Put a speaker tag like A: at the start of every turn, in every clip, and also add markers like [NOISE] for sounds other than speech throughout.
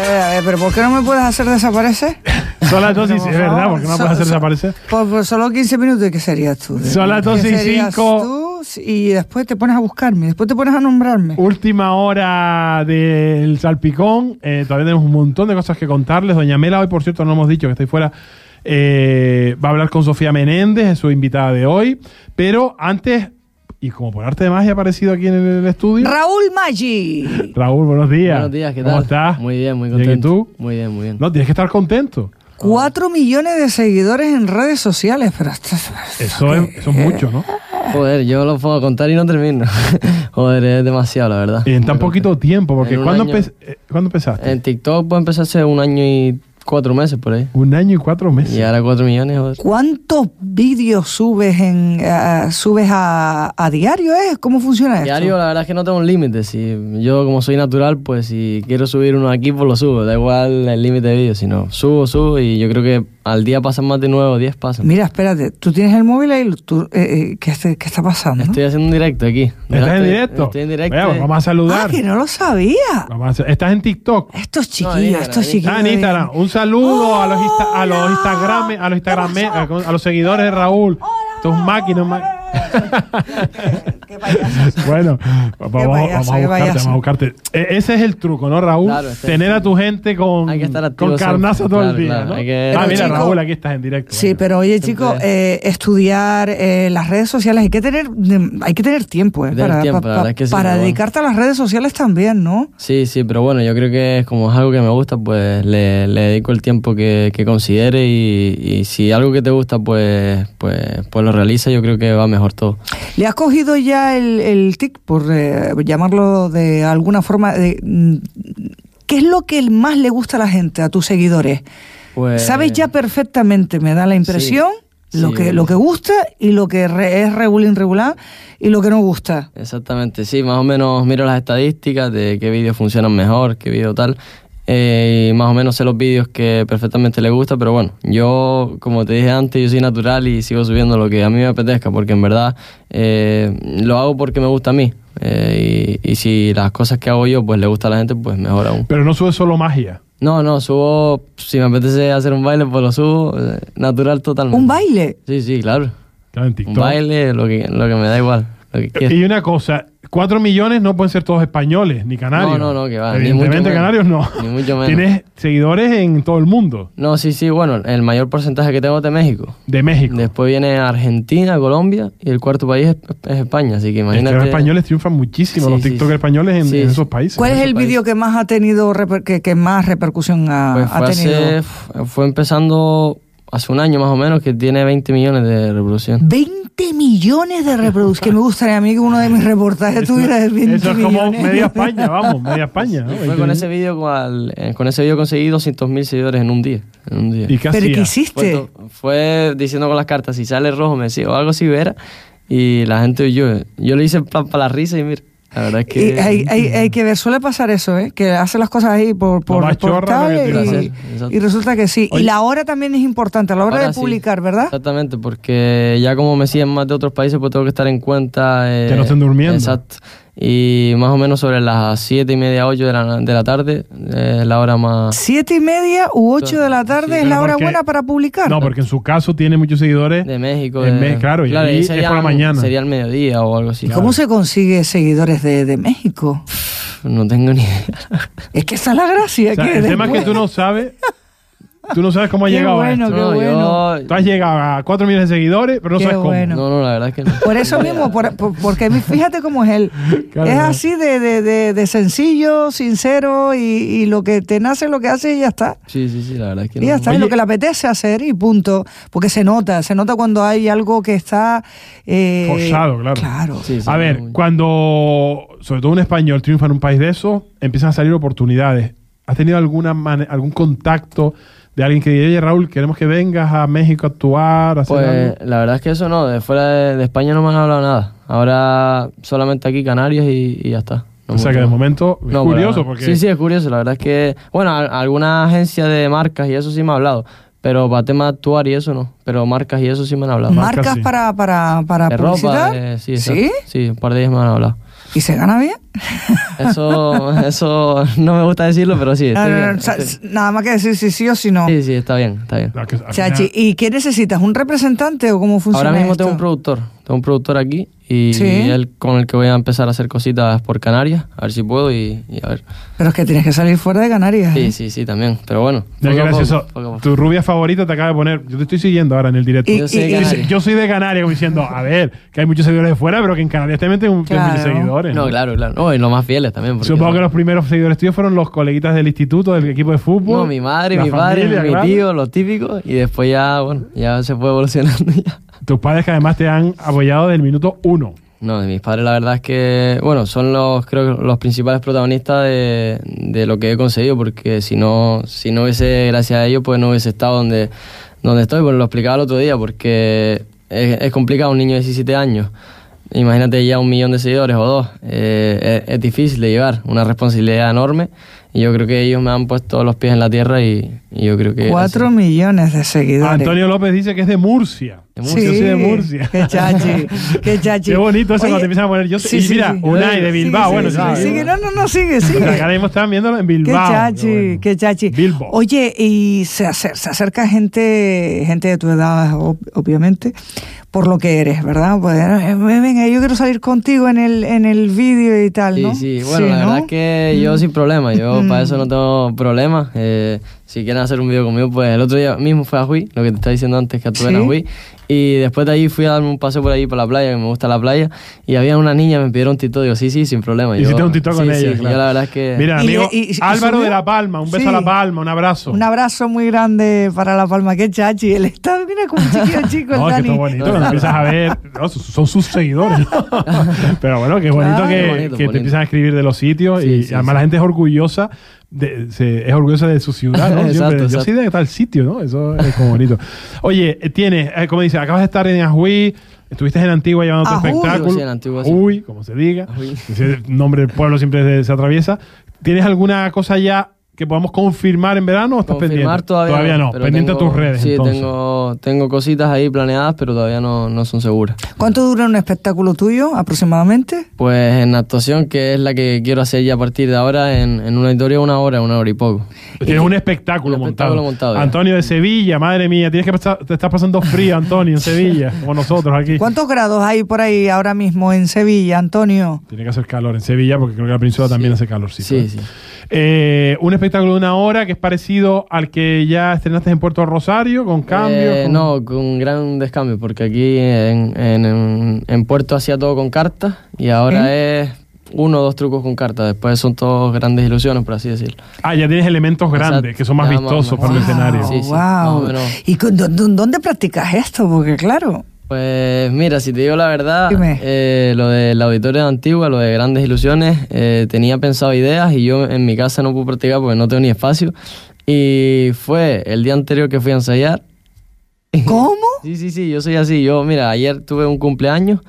A: Eh, ¿Pero por qué no me puedes hacer desaparecer?
B: Son las 12 y... Es
A: Por
B: verdad,
A: favor,
B: porque [LAUGHS] no
A: so-
B: puedes hacer
A: so-
B: desaparecer.
A: Por, por solo 15 minutos, ¿y ¿qué serías tú?
B: Son las
A: ¿Qué
B: 12 y
A: serías
B: cinco.
A: tú? Y después te pones a buscarme, después te pones a nombrarme.
B: Última hora del salpicón. Eh, todavía tenemos un montón de cosas que contarles. Doña Mela, hoy, por cierto, no hemos dicho que estoy fuera. eh, va a hablar con Sofía Menéndez, es su invitada de hoy. Pero antes, y como por arte de magia ha aparecido aquí en el estudio.
A: Raúl Maggi.
B: Raúl, buenos días.
C: Buenos días, ¿qué tal?
B: ¿Cómo estás?
C: Muy bien, muy
B: Bien, ¿y
C: contento.
B: tú?
C: Muy bien, muy bien.
B: No, tienes que estar contento.
A: 4 millones de seguidores en redes sociales, pero esto-
B: Eso es, eso es mucho, ¿no?
C: Joder, yo lo puedo contar y no termino. [LAUGHS] Joder, es demasiado, la verdad.
B: Y en tan poquito tiempo, porque
C: En un
B: ¿cuándo,
C: año.
B: empe- eh, ¿cuándo empezaste?
C: En TikTok pues empecé hace un año y cuatro meses por ahí.
B: Un año y cuatro meses.
C: Y ahora cuatro millones, joder.
A: ¿Cuántos vídeos subes en eh, subes a, a diario? ¿eh? ¿Cómo funciona esto?
C: Diario, la verdad es que no tengo un límite. Si yo, como soy natural, pues si quiero subir uno aquí, pues lo subo. Da igual el límite de vídeo, si no. Subo, subo y yo creo que al día pasan más de nueve o diez pasan.
A: Mira, espérate, tú tienes el móvil ahí, tú, eh, eh, ¿qué, este- qué está pasando?
C: Estoy haciendo un directo aquí.
B: ¿Estás en
C: Estoy-
B: directo?
C: Estoy en directo.
B: Vea, pues, vamos a
A: ah,
B: saludar.
A: que no lo sabía.
B: Vamos a hacer- Estás en TikTok.
A: Estos chiquillos,
C: No, en Instagram,
A: estos
C: en
A: chiquillos.
B: Ah, en Instagram. Un saludo a los, insta- a los
A: Hola.
B: Instagram, a los Instagram,
A: ¿Qué pasó?
B: a los seguidores de Raúl. Estos máquinas.
A: [LAUGHS] Qué payasos.
B: [LAUGHS] Bueno, vamos, vamos
A: payaso,
B: a
A: qué
B: buscarte,
A: payaso.
B: vamos a buscarte. E- ese es el truco, ¿no, Raúl?
C: Claro, ese es
B: Tener a tu gente con,
C: Hay que estar
B: con
C: activos
B: carnaza
C: siempre,
B: todo el
C: claro,
B: día,
C: claro,
B: ¿no?
C: hay que-
B: Ah,
A: Pero,
B: mira,
A: chico-
B: Raúl, aquí estás en directo.
A: Sí,
B: Venga.
A: pero oye, chicos, eh, estudiar eh, las redes sociales, hay que tener, mm, hay que tener tiempo, eh,
C: Hay que tener
A: para,
C: tiempo,
A: pa-
C: la
A: pa-
C: verdad es que sí,
A: para
C: pero bueno.
A: dedicarte a las redes sociales también, ¿no?
C: Sí, sí, pero bueno, yo creo que es como es algo que me gusta, pues le, le dedico el tiempo que, que considere y, y si algo que te gusta, pues, pues, pues lo realiza, yo creo que va mejor todo.
A: ¿Le has cogido ya el, el tic, por eh, llamarlo de alguna forma? de, mm, ¿Qué es lo que más le gusta a la gente, a tus seguidores?
C: Pues,
A: Sabes ya perfectamente, me da la impresión,
C: Sí,
A: lo,
C: sí,
A: que,
C: bueno.
A: lo que gusta y lo que re- es regular irregular y lo que no gusta.
C: Exactamente, sí, más o menos miro las estadísticas de qué vídeos funcionan mejor, qué vídeo tal, eh, y más o menos sé los vídeos que perfectamente le gusta, pero bueno, yo, como te dije antes, yo soy natural y sigo subiendo lo que a mí me apetezca, porque en verdad eh, lo hago porque me gusta a mí, eh, y, y si las cosas que hago yo, pues le gusta a la gente, pues mejor aún.
B: Pero no sube solo magia.
C: No, no, subo, si me apetece hacer un baile, pues lo subo, eh, natural totalmente.
A: ¿Un baile?
C: Sí, sí, claro.
B: Claro, en
C: Un
B: TikTok.
C: baile, lo que, lo que me da igual, lo que
B: [LAUGHS]
C: quiera.
B: Y una cosa, cuatro millones no pueden ser todos españoles, ni canarios.
C: No, no, no, que va, ni mucho
B: Evidentemente
C: menos.
B: canarios no.
C: Ni mucho menos.
B: Tienes seguidores en todo el mundo,
C: No, sí, sí, bueno, el mayor porcentaje que tengo es de México.
B: de México.
C: Después viene Argentina, Colombia y el cuarto país es, es España, así que
B: Es que
C: imagínate.
B: los españoles triunfan muchísimo,
C: Sí,
B: los
C: sí,
B: TikTok
C: sí.
B: españoles en,
C: Sí,
B: en
C: sí.
B: esos países.
A: ¿Cuál es el
C: país.
A: vídeo que más ha tenido reper- que, que más repercusión ha,
C: Pues
A: ha
C: fue,
A: tenido?
C: hace- f- fue empezando hace un año más o menos que tiene 20 millones de revoluciones.
A: 20 millones de reproducciones. Que me gustaría a mí que uno de mis reportajes tuviera de 20
B: Eso es como
A: millones.
B: media España, vamos, media España. ¿no?
C: Y fue con ese vídeo cual- eh, con ese vídeo conseguí 200.000 seguidores en un día. En un día.
B: ¿Y qué
A: ¿Pero qué
B: hacía?
C: Fue,
A: hiciste?
C: to- fue diciendo con las cartas, si sale rojo me sigo, o algo así vera. Y la gente yo Yo lo hice en plan para la risa y mira, la verdad es que... mm.
A: Y Eh, hay, hay- hay que ver, suele pasar eso, ¿eh? que hace las cosas ahí por, por,
B: más
A: por
B: chorra,
A: cable
B: lo que
C: tiene que
A: y,
C: hacer. Exacto.
A: y resulta que sí.
B: Oye.
A: Y la hora también es importante, a la hora
C: Ahora
A: de
C: sí.
A: publicar, ¿verdad?
C: Exactamente, porque ya como me siguen más de otros países, pues tengo que estar en cuenta... eh,
B: Que no estén durmiendo.
C: Exacto. Y más o menos sobre las siete y media, 8 de la, de la tarde, eh, es la hora más...
A: Siete y media u ocho de la tarde es la
B: pero
A: hora
B: porque-
A: buena para publicar.
B: No, porque en su caso tiene muchos seguidores.
C: De México.
B: En
C: de-
B: Mex- claro, y ahí
C: ahí
B: es por la mañana.
C: Sería el mediodía o algo así.
A: ¿Y cómo se consigue seguidores de, de México?
C: No tengo
A: [LAUGHS]
C: ni idea.
A: Es que esa es la gracia.
B: O sea,
A: que
B: el tema es que
A: después-
B: tú no sabes, tú no sabes cómo ha
A: Qué
B: llegado a
A: bueno,
B: esto.
A: qué
C: No,
A: bueno.
C: yo-
B: Tú has llegado a cuatro millones de seguidores, pero no
A: Qué
B: sabes cómo.
A: bueno.
C: No, no, la verdad es que no.
A: Por eso mismo, por- por- porque mi- fíjate cómo es él.
B: Claro.
A: es así de, de- de- de sencillo, sincero y, y lo que te nace, lo que hace y ya está.
C: Sí, sí, sí, la verdad es que
A: Y ya
C: no.
A: está, es lo que le apetece hacer y punto. Porque se nota, se nota cuando hay algo que está... eh,
B: Forzado, claro.
A: Claro.
C: Sí, sí,
B: A ver,
C: no.
B: cuando, sobre todo un español triunfa en un país de esos, empiezan a salir oportunidades. ¿Has tenido alguna mane- algún contacto de alguien que diga, oye Raúl, queremos que vengas a México a actuar, a hacer
C: Pues
B: algo"?
C: la verdad es que eso no, de fuera de, de España no me han hablado nada. Ahora solamente aquí Canarias y, y ya está. No
B: o sea
C: mucho
B: que de
C: más.
B: momento es
C: No, para
B: curioso
C: nada.
B: porque
C: Sí, sí, es curioso. La verdad es que, bueno, a- alguna agencia de marcas y eso sí me ha hablado. Pero para tema de actuar y eso no. Pero marcas y eso sí me han hablado.
A: Marcas
B: sí.
A: para, para, para
C: de
A: publicidad.
C: ropa, de- sí,
A: ¿Sí?
C: exacto. Sí, un par de ellas me han hablado.
A: ¿Y se gana bien? [LAUGHS]
C: Eso, eso no me gusta decirlo, pero sí.
A: No, no,
C: estoy
A: no,
C: bien,
A: o sea,
C: estoy-
A: Nada más que decir si sí o si no.
C: Sí, sí, está bien, está bien.
B: No, que al
A: Chachi,
B: final-
A: ¿y qué necesitas? ¿Un representante o cómo funciona
C: Ahora mismo
A: esto?
C: tengo un productor, tengo un productor aquí y
A: Sí.
C: él con el que voy a empezar a hacer cositas por Canarias, a ver si puedo y, y a ver.
A: Pero es que tienes que salir fuera de Canarias. ¿eh?
C: Sí, sí, sí, también, pero bueno.
B: Ya que
C: poco a poco,
B: gracioso,
C: poco a poco.
B: tu rubia favorita te acaba de poner. Yo te estoy siguiendo ahora en el directo.
A: Y-
C: Yo soy de
A: y-
B: Dice,
C: Canarias.
B: yo soy de Canarias, como diciendo, a ver, que hay muchos seguidores de fuera, pero que en Canarias te meten un
A: Claro.
B: 3.000 seguidores.
C: No, claro, claro. No, y los más fieles también. porque
B: Supongo
C: son-
B: que los primeros seguidores tuyos fueron los coleguitas del instituto, del equipo de fútbol.
C: No, mi madre,
B: la
C: mi padre,
B: familia,
C: mi
B: claro.
C: tío, lo típico. Y después ya, bueno, ya se fue evolucionando. [LAUGHS] ya.
B: Tus padres que además te han apoyado desde el minuto uno.
C: No, de mis padres la verdad es que, bueno, son los, creo que los principales protagonistas de, de lo que he conseguido, porque si no, si no hubiese, gracias a ellos, pues no hubiese estado donde, donde estoy, pues lo explicaba el otro día, porque es, es complicado un niño de 17 años. Imagínate ya un millón de seguidores o dos, eh, es, es difícil de llevar, una responsabilidad enorme, y yo creo que ellos me han puesto los pies en la tierra y, y yo creo que...
A: Cuatro
C: así-
A: millones de seguidores.
B: Antonio López dice que es de Murcia.
C: De Murcia.
B: Yo soy
A: [LAUGHS]
B: de Murcia.
A: Qué chachi, qué chachi.
B: Qué bonito eso cuando te empiezan a poner yo- y mira, Unai de Bilbao, bueno,
A: sigue,
B: sí, sí.
A: sigue. no, no, no, sigue,
B: O sea, que
A: sigue.
B: Ahora mismo están viéndolo en
A: Qué
B: Bilbao.
A: chachi,
B: bueno.
A: qué chachi.
B: Bilbao.
A: Oye, y se acerca, se acerca gente, gente de tu edad, ob- obviamente, por lo que eres, ¿verdad? Pues, eh, venga, yo quiero salir contigo en el, en el vídeo y tal,
C: Sí,
A: ¿no?
C: sí, bueno,
A: ¿no?
C: la
A: Mm.
C: verdad es que yo sin problema, yo para eso no tengo problema. Eh, si quieren hacer un video conmigo, pues el otro día mismo fue a Hui, lo que te estaba diciendo antes, que estuve en
A: Sí.
C: Hui. Y después de ahí fui a darme un paseo por ahí por la playa, que me gusta la playa. Y había una niña, me pidieron tito, digo, sí, sí, sin problema. yo-
B: Hiciste un TikTok
C: sí,
B: con
C: sí,
B: ella. claro.
C: Yo la verdad es que...
B: Mira,
A: Y le-
B: amigo,
A: y- y-
B: Álvaro
A: ¿subió?
B: de La Palma, un beso
A: Sí.
B: a La Palma, un abrazo.
A: Un abrazo muy grande para La Palma. Qué chachi. Él está, mira, como un chiquillo
B: [LAUGHS]
A: chico, el
B: No, es que
A: Dani.
B: está bonito, cuando empiezas a ver, no, son- son sus
C: [LAUGHS]
B: seguidores. Pero bueno, qué bonito
A: Claro.
B: que,
C: Qué bonito,
B: que
C: bonito.
B: te empiezan a escribir de los sitios
C: Sí,
B: y
C: sí,
B: además
C: sí.
B: la gente es orgullosa. De, se- es orgullosa de su
C: [LAUGHS]
B: ciudad, ¿no? Siempre,
C: Exacto,
B: Yo
C: exacto.
B: soy de tal sitio, ¿no? Eso es como bonito. Oye, eh, tienes, eh, como dices, acabas de estar en Ajuí, estuviste en Antigua llevando tu
A: Ajuy.
B: espectáculo.
C: Sí, en Antigua, sí.
B: Ajuy, como se diga.
C: Ajuy.
B: Ese nombre del pueblo siempre se, se atraviesa. ¿Tienes alguna cosa ya que podamos confirmar en verano o estás pendiente?
C: confirmar todavía,
B: no.
C: pero
B: Pendiente a
C: tengo-
B: tus redes,
C: Sí,
B: entonces.
C: tengo, tengo cositas ahí planeadas, pero todavía no, no son seguras.
A: ¿Cuánto dura un espectáculo tuyo aproximadamente?
C: Pues en actuación, que es la que quiero hacer ya a partir de ahora, en, en un auditorio una hora, una hora y poco.
B: [LAUGHS] Tienes un espectáculo,
C: Un
B: montado.
C: espectáculo montado, ya.
B: Antonio de Sevilla, madre mía, tienes que pasar- te estás pasando frío, Antonio, en
C: [LAUGHS]
B: Sevilla, como nosotros aquí.
A: ¿Cuántos grados hay por ahí ahora mismo en Sevilla, Antonio?
B: Tiene que hacer calor en Sevilla porque creo que la península también hace calorcito.
C: Sí,
B: ¿eh?
C: sí.
B: Eh, un espectáculo de una hora que es parecido al que ya estrenaste en Puerto Rosario, con cambios.
C: Eh,
B: con-
C: No, con grandes cambios, porque aquí en, en- en- en Puerto hacía todo con cartas y ahora es uno o dos trucos con cartas. Después son todos grandes ilusiones, por así decirlo.
B: Ah, ya tienes elementos
C: Exacto.
B: grandes que son más
C: Ya, más-
B: vistosos
C: más-
B: para el
C: Wow.
B: escenario.
C: Sí, sí,
A: wow.
C: más o menos.
A: ¿Y con- dó- dó- dónde practicas esto? Porque claro,
C: Pues mira, si te digo la verdad,
A: Dime.
C: eh, lo del auditorio de Antigua, lo de Grandes Ilusiones, eh, tenía pensado ideas y yo en mi casa no pude practicar porque no tengo ni espacio. Y fue el día anterior que fui a ensayar
A: ¿cómo?
C: Sí, sí, sí, yo soy así. Yo, mira, ayer tuve un cumpleaños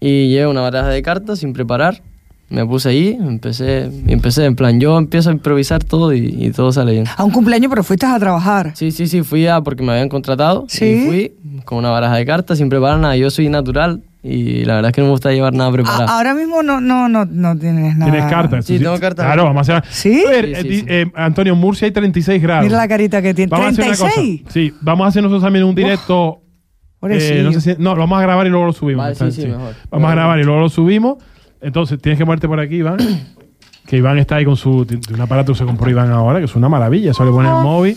C: y llevé una baraja de cartas sin preparar. Me puse ahí, empecé, y empecé en plan, yo empiezo a improvisar todo y, y todo sale bien.
A: A un cumpleaños, pero fuiste a trabajar.
C: Sí, sí, sí, fui a porque me habían contratado
A: Sí.
C: y fui con una baraja de cartas sin preparar nada. Yo soy natural y la verdad es que no me gusta llevar nada preparado.
A: A- ahora mismo no, no, no, no tienes nada.
B: Tienes cartas.
C: Sí, tengo cartas.
B: Claro, vamos a hacer.
A: ¿Sí?
B: A ver,
C: Sí,
B: eh,
C: sí,
B: di-
C: sí.
B: eh, Antonio, en Murcia hay 36 grados.
A: Mira la carita que tiene.
B: Vamos a hacer una
A: 36.
B: cosa. Sí, vamos a hacer nosotros también un directo.
A: Pobrecillo.
B: Eh, no, sé si- no, lo vamos a grabar y luego lo subimos.
C: Vale,
B: Está-
C: sí, sí, mejor.
B: Vamos a grabar y luego lo subimos. Entonces, tienes que ponerte por aquí,
A: [COUGHS]
B: Iván. que Iván está ahí con su. tiene Un aparato que se compró Iván ahora, que es una maravilla. Eso le pone el móvil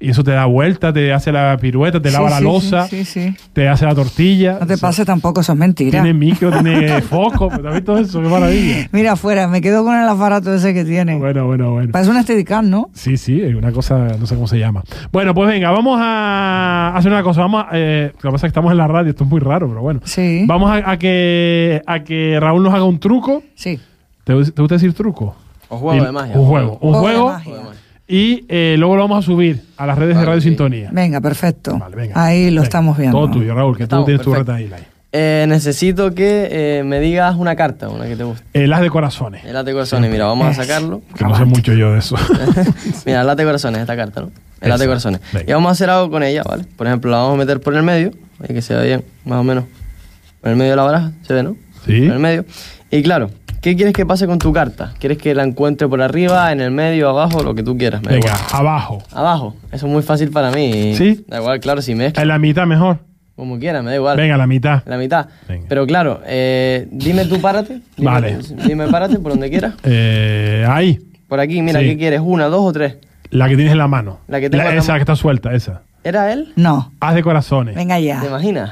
B: y eso te da vuelta, te hace la pirueta, te
A: Ah. Sí,
B: lava la
A: sí,
B: losa,
A: Sí, sí, sí.
B: te hace la tortilla.
A: No te
B: O sea,
A: pases tampoco, eso es mentira.
B: Tiene micro,
A: [LAUGHS]
B: tiene foco. ¿Te has visto eso? Qué maravilla.
A: Mira afuera, me quedo con el aparato ese que tiene.
B: Bueno, bueno, bueno.
A: Parece una Steadicam, ¿no?
B: Sí, sí, es una cosa, no sé cómo se llama. Bueno, pues venga, vamos a hacer una cosa. Vamos a, eh, lo que pasa es que estamos en la radio, esto es muy raro, pero bueno.
A: Sí.
B: Vamos a, a que, a que Raúl nos haga un truco.
A: Sí.
B: ¿Te, gu- te gusta decir truco?
C: O juego
B: Y-
C: de magia.
B: Un juego. Un
A: Juego de
B: juego.
A: magia.
B: Y eh, luego lo vamos a subir a las redes de
C: Vale,
B: Radio
C: sí.
B: Sintonía.
A: Venga, perfecto.
B: Vale, venga.
A: Ahí lo
B: Venga.
A: estamos viendo.
B: Todo tuyo, Raúl, que tú
C: Estamos,
B: tienes tu
C: perfecto.
B: reta ahí.
C: Eh, necesito que eh, me digas una carta, una que te guste.
B: El as Eh, de corazones.
C: El late corazones, mira, vamos a sacarlo.
B: Que no sé mucho yo
C: [LAUGHS]
B: de eso.
C: Mira, late corazones esta carta, ¿no?
B: Esa.
C: El late corazones.
B: Venga.
C: Y vamos a hacer algo con ella, ¿vale? Por ejemplo, la vamos a meter por el medio, y que se vea bien, más o menos. Por el medio de la baraja, se ve, ¿no?
B: Sí.
C: Por el medio. Y claro, ¿Qué quieres que pase con tu carta? ¿Quieres que la encuentre por arriba, en el medio, abajo, lo que tú quieras? me da
B: Venga,
C: igual.
B: abajo.
C: Abajo. Eso es muy fácil para mí.
B: ¿Sí?
C: Da igual, claro, si mezclas.
B: En la mitad mejor.
C: Como quiera, me da igual.
B: Venga, la mitad.
C: La mitad.
B: Venga.
C: Pero claro, eh, dime tú párate. Dime-
B: Vale.
C: Dime párate por donde quieras.
B: Eh, ahí.
C: Por aquí, mira,
B: Sí.
C: ¿qué quieres? ¿Una, dos o tres?
B: La que tienes en la mano.
C: La que tengo en la
B: esa
C: mano.
B: que está suelta, esa.
C: ¿Era él?
A: No,
B: Haz de corazones.
A: venga
C: ¿Te
A: ya.
C: imaginas?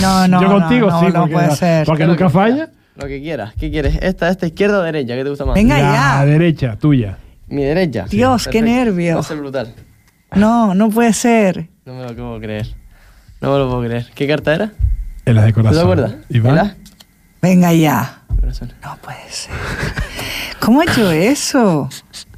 A: No, no,
B: Yo
A: no,
B: contigo
A: no,
B: sí,
A: no
B: porque,
A: puede ser.
B: porque
C: Claro
B: nunca
C: que-
B: falla.
C: Lo que quieras. ¿Qué quieres? ¿Esta, esta izquierda o derecha? ¿Qué te gusta más?
A: Venga.
B: la
A: ya.
B: derecha, tuya.
C: Mi derecha.
A: Dios, qué nervio.
C: Va a ser brutal.
A: No, no puede ser.
C: No me lo puedo creer. No me lo puedo creer. ¿Qué carta era?
B: En la de
C: ¿Tú
B: corazón.
C: te acuerdas?
B: Iván.
C: ¿Era?
A: Venga ya.
C: Corazón.
A: No puede ser. [LAUGHS] ¿Cómo ha hecho eso?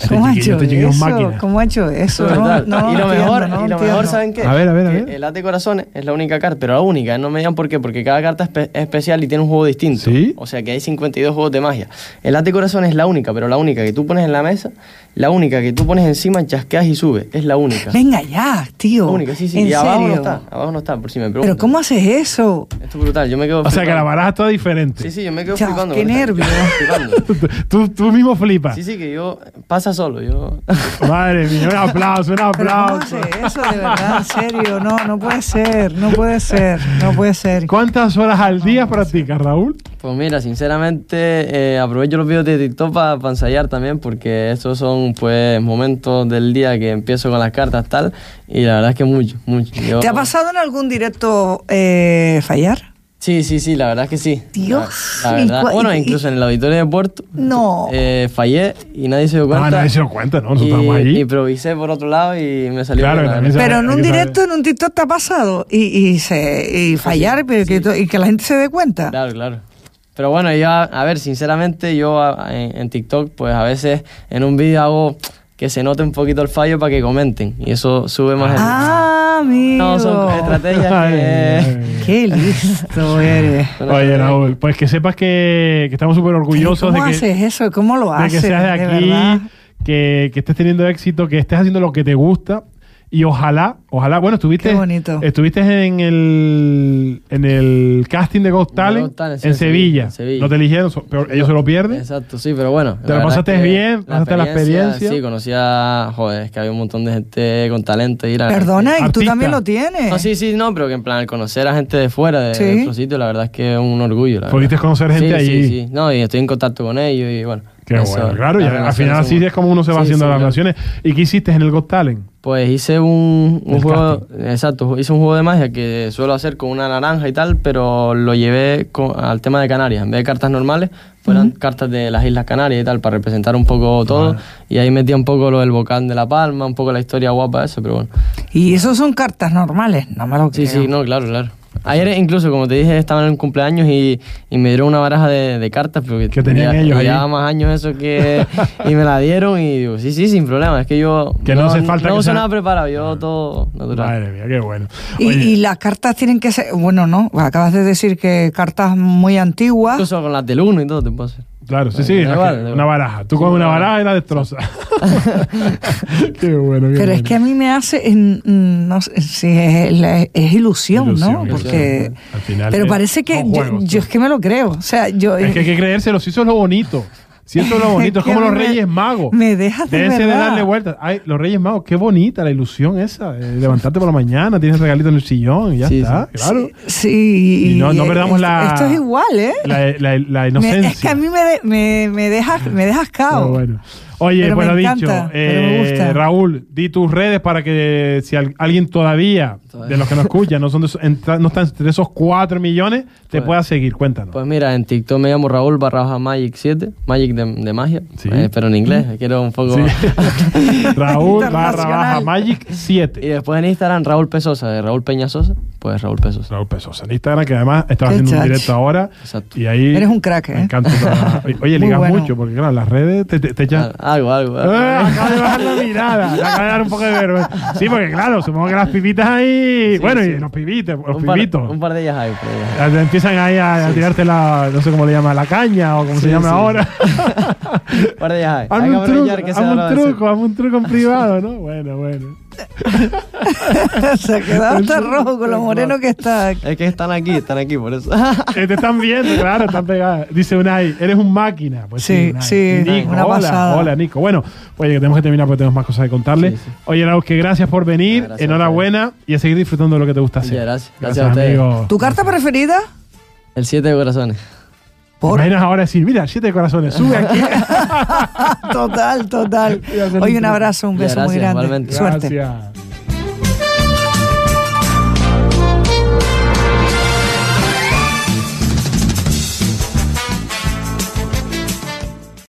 B: Este
A: ¿Cómo ha
B: chiquillo,
A: hecho
B: este chiquillo es un
A: eso?
B: máquina.
A: ¿Cómo ha hecho eso?
C: Es
A: No,
C: brutal.
A: no,
C: y lo
A: entiendo,
C: mejor,
A: no
C: y lo
A: entiendo.
C: mejor ¿saben qué?
B: A ver, a ver, a
C: Que
B: ver.
C: El ate corazones es la única carta, pero la única, ¿eh? no me digan por qué, porque cada carta espe- es especial y tiene un juego distinto.
B: ¿Sí?
C: O sea que hay 52 juegos de magia. El ate corazones es la única, pero la única que tú pones en la mesa, la única que tú pones encima, chasqueas y sube. Es la única.
A: Venga ya, tío.
C: la única, sí, sí.
A: En
C: y abajo no
A: serio.
C: está, abajo no está, por si me preguntan.
A: Pero ¿cómo haces eso?
C: Esto es brutal, yo me quedo
B: O sea que la
C: flipando.
B: baraja está diferente.
C: Sí, sí, yo me quedo
A: Chao,
C: flipando.
A: qué
C: con esta-
A: nervio.
C: flipando.
B: tú, tú mismo flipas.
C: Sí, sí, que yo pasa solo, yo. [LAUGHS]
B: Madre mía, un aplauso, un
A: Pero ¿Cómo
B: aplauso.
A: haces eso? De verdad, en serio. No, no puede ser. No puede ser. No puede ser.
B: ¿Cuántas horas al día practicas, Raúl? Ah,
C: Pues mira, sinceramente eh, aprovecho los videos de TikTok para ensayar también porque estos son pues momentos del día que empiezo con las cartas tal y la verdad es que mucho, mucho. Yo-
A: ¿Te ha pasado en algún directo eh, fallar?
C: Sí, sí, sí, la verdad es que sí.
A: Dios,
C: La, la
A: ¿y
C: verdad.
A: cua-
C: Bueno,
A: y-
C: incluso en el auditorio de Puerto
A: No.
C: eh, fallé y nadie se dio cuenta.
B: Ah, nadie se dio cuenta, ¿no? Nosotros
C: Y-
B: estábamos allí.
C: Improvisé por otro lado y me salió
B: Claro,
C: bien,
B: que
C: la
B: también
C: verdad.
B: se-
A: Pero en un
B: hay que saber.
A: directo, en un TikTok te ha pasado. Y, y, se, y fallar pero que to- y que la gente se dé cuenta.
C: Claro, claro. Pero bueno, yo, a, a ver, sinceramente, yo a- a- en, en TikTok, pues a veces en un vídeo hago que se note un poquito el fallo para que comenten. Y eso sube más el-
A: Ah, amigo.
C: No, son estrategias
B: Ay,
C: que.
B: ay.
A: Qué listo eres.
C: Son
B: Oye,
C: estrategias.
B: Raúl, pues que sepas que, que estamos súper orgullosos
A: ¿Cómo
B: de que,
A: haces eso? ¿Cómo lo
B: de que
A: haces?
B: seas de aquí,
A: verdad.
B: que, que estés teniendo éxito, que estés haciendo lo que te gusta. Y ojalá, ojalá, bueno, estuviste,
A: Qué bonito.
B: estuviste en el en el casting de Got Talent,
C: Got Talent, sí,
B: en,
C: en
B: Sevilla.
C: Sevilla, Sevilla.
B: No te eligieron, so- pero ellos se lo pierden.
C: Exacto, sí, pero bueno.
B: ¿Te la
C: verdad
B: pasaste
C: es que
B: bien? ¿Pasaste la experiencia?
C: Sí, conocía. Joder, es que había un montón de gente con talento. Y la verdad
A: Perdona,
C: es
A: y tú
B: Artista.
A: también lo
C: que-
A: tienes.
C: No, Ah, sí, sí, no, pero que en plan, al conocer a gente de fuera, de,
A: Eh. Sí.
C: de otro sitio, la verdad es que es un orgullo. la
B: Pudiste
C: verdad.
B: conocer gente
C: sí,
B: allí.
C: Sí, sí, no, y estoy en contacto con ellos y bueno.
B: Qué
C: eso,
B: bueno, claro, y
C: las
B: al
C: relaciones
B: final
C: son
B: así
C: buenas.
B: es como uno se va
C: Sí,
B: haciendo
C: sí,
B: las
C: claro.
B: relaciones. ¿Y qué hiciste en el Got Talent?
C: Pues hice un, un
B: El
C: juego, exacto, hice un juego de magia que suelo hacer con una naranja y tal, pero lo llevé co- al tema de Canarias. En vez de cartas normales, fueran cartas de las Islas Canarias y tal, para representar un poco todo. Y ahí metía un poco lo del vocal de La Palma, un poco la historia guapa eso, pero bueno.
A: Y eso son cartas normales, no me lo
C: Sí,
A: creo.
C: sí, no, claro, claro. Ayer incluso, como te dije, estaba en el cumpleaños y, y me dieron una baraja de, de cartas. Porque
B: Que tenían ellos ahí.
C: Llevaba más años eso
B: [LAUGHS]
C: que... y me la dieron y digo, sí, sí, sin problema. Es que yo...
B: Que no hace falta
C: No
B: que
C: uso
B: sea-
C: nada preparado, yo todo natural.
B: Madre mía, qué bueno.
A: Y,
B: Oye,
A: y las cartas tienen que ser, bueno, no, acabas de decir que cartas muy antiguas.
C: Incluso con las del 1 y todo te puedo hacer.
B: Claro, sí,
C: Ay,
B: sí,
C: da
B: la
C: igual,
B: que-
C: da
B: una
C: igual.
B: baraja. Tú
C: Sí,
B: coges una
C: da
B: baraja y la
C: [LAUGHS]
B: destrozas. [LAUGHS] qué bueno, qué
A: Pero
B: bueno.
A: es que a mí me hace, en- mm, no sé, sí, es, la- es ilusión, ¿no?
B: Ilusión,
A: Porque,
B: ilusión. Al final
A: pero
B: es-
A: parece que
B: son
A: yo,
B: juegos,
A: yo
B: ¿no?
A: es que me lo creo, o sea, yo
B: Es que hay que creérselo, si eso es lo bonito. Si eso es lo bonito,
A: [LAUGHS]
B: es
A: Que
B: como los
A: me-
B: Reyes Magos.
A: me dejas de
B: Déjense de
A: verdad.
B: darle vueltas. Ay, los Reyes Magos, qué bonita la ilusión esa. eh, levantarte por la mañana, tienes regalito en el sillón, y ya
C: Sí,
B: está,
C: sí.
B: claro.
A: sí,
B: Y no- no perdamos
A: esto-
B: la-
A: Esto es igual, ¿eh?
B: La, la- la
A: Me-
B: inocencia.
A: es que a mí me, de- me, me dejas, me dejas
B: Pero
A: cao. [LAUGHS]
B: bueno. Oye,
A: Pero
B: pues
A: me
B: lo
A: encanta,
B: dicho,
A: pero me
B: eh,
A: gusta.
B: Raúl, di tus redes para que si al- alguien todavía,
C: Todavía.
B: de los que
A: [LAUGHS]
B: nos escuchan, no, son de esos- entra- no están entre esos 4 millones, te
C: Pues-
B: pueda seguir. Cuéntanos.
C: Pues mira, en TikTok me llamo Raúl barra baja Magic 7, Magic de, de magia,
B: Sí. Mm.
C: eh, pero en inglés, quiero un poco...
B: Sí. [LAUGHS] Raúl barra baja
A: Internacional.
B: Magic
C: [LAUGHS] y
B: 7.
C: después en Instagram Raúl Pesosa, de Raúl Peña Sosa, pues Raúl Pesosa.
B: Raúl Pesosa en Instagram, que además estaba
A: Qué
B: haciendo un
A: chachi.
B: directo ahora.
C: Exacto.
B: Y ahí.
A: Eres un crack,
B: Me
A: ¿eh?
B: encanta.
A: [LAUGHS]
B: trabajar. Oye,
A: Muy
B: ligas
A: bueno.
B: mucho, porque claro, las redes te, te, te echan.
C: Ah, Algo, algo.
B: [LAUGHS]
C: algo.
B: Eh, acaba de bajar la mirada, le acaba de dar un poco de vergüenza. Sí, porque claro, supongo que las pibitas ahí. bueno, y
C: sí.
B: los pibites, los
C: un, par,
B: pibitos.
C: un par de ellas hay. por ahí.
B: Te Empiezan ahí a, a tirarte la, no sé cómo le llama, la caña o como se
C: Sí,
B: llama
C: sí.
B: ahora.
D: Guarda ya, hay. Hay
B: Hazme
D: que
B: [LAUGHS] un truco,
D: aprovechar que se
B: hazme
D: da
B: un
D: la vez.
B: truco, hazme un truco en privado, ¿no? Bueno, bueno.
A: Se ha quedado hasta rojo con lo moreno que está.
D: Es que están aquí, están aquí, por eso. [LAUGHS]
B: Eh, te están viendo, claro, están pegadas. Dice Unai, eres un máquina. Pues sí,
A: Sí,
B: Unai.
A: sí,
B: Nico,
A: una
B: hola,
A: pasada.
B: hola, Nico. Bueno, oye, que tenemos que terminar porque tenemos más cosas que contarle.
C: Sí, sí.
B: Oye, Arauz, que gracias por venir,
C: Gracias,
B: enhorabuena y a seguir disfrutando de lo que te gusta hacer.
C: Muchas gracias. Gracias a ustedes.
B: amigo.
A: ¿Tu carta preferida?
C: El siete de corazones.
A: Por [LAUGHS]
B: Menos ahora decir, mira, siete corazones, sube aquí.
A: total, total.
B: Iba a ser
A: Hoy
B: un
A: un
B: truco.
A: abrazo, un
C: Ya,
A: beso muy
C: gracias,
A: grande. [LAUGHS]
C: igualmente.
A: Suerte.
B: Gracias.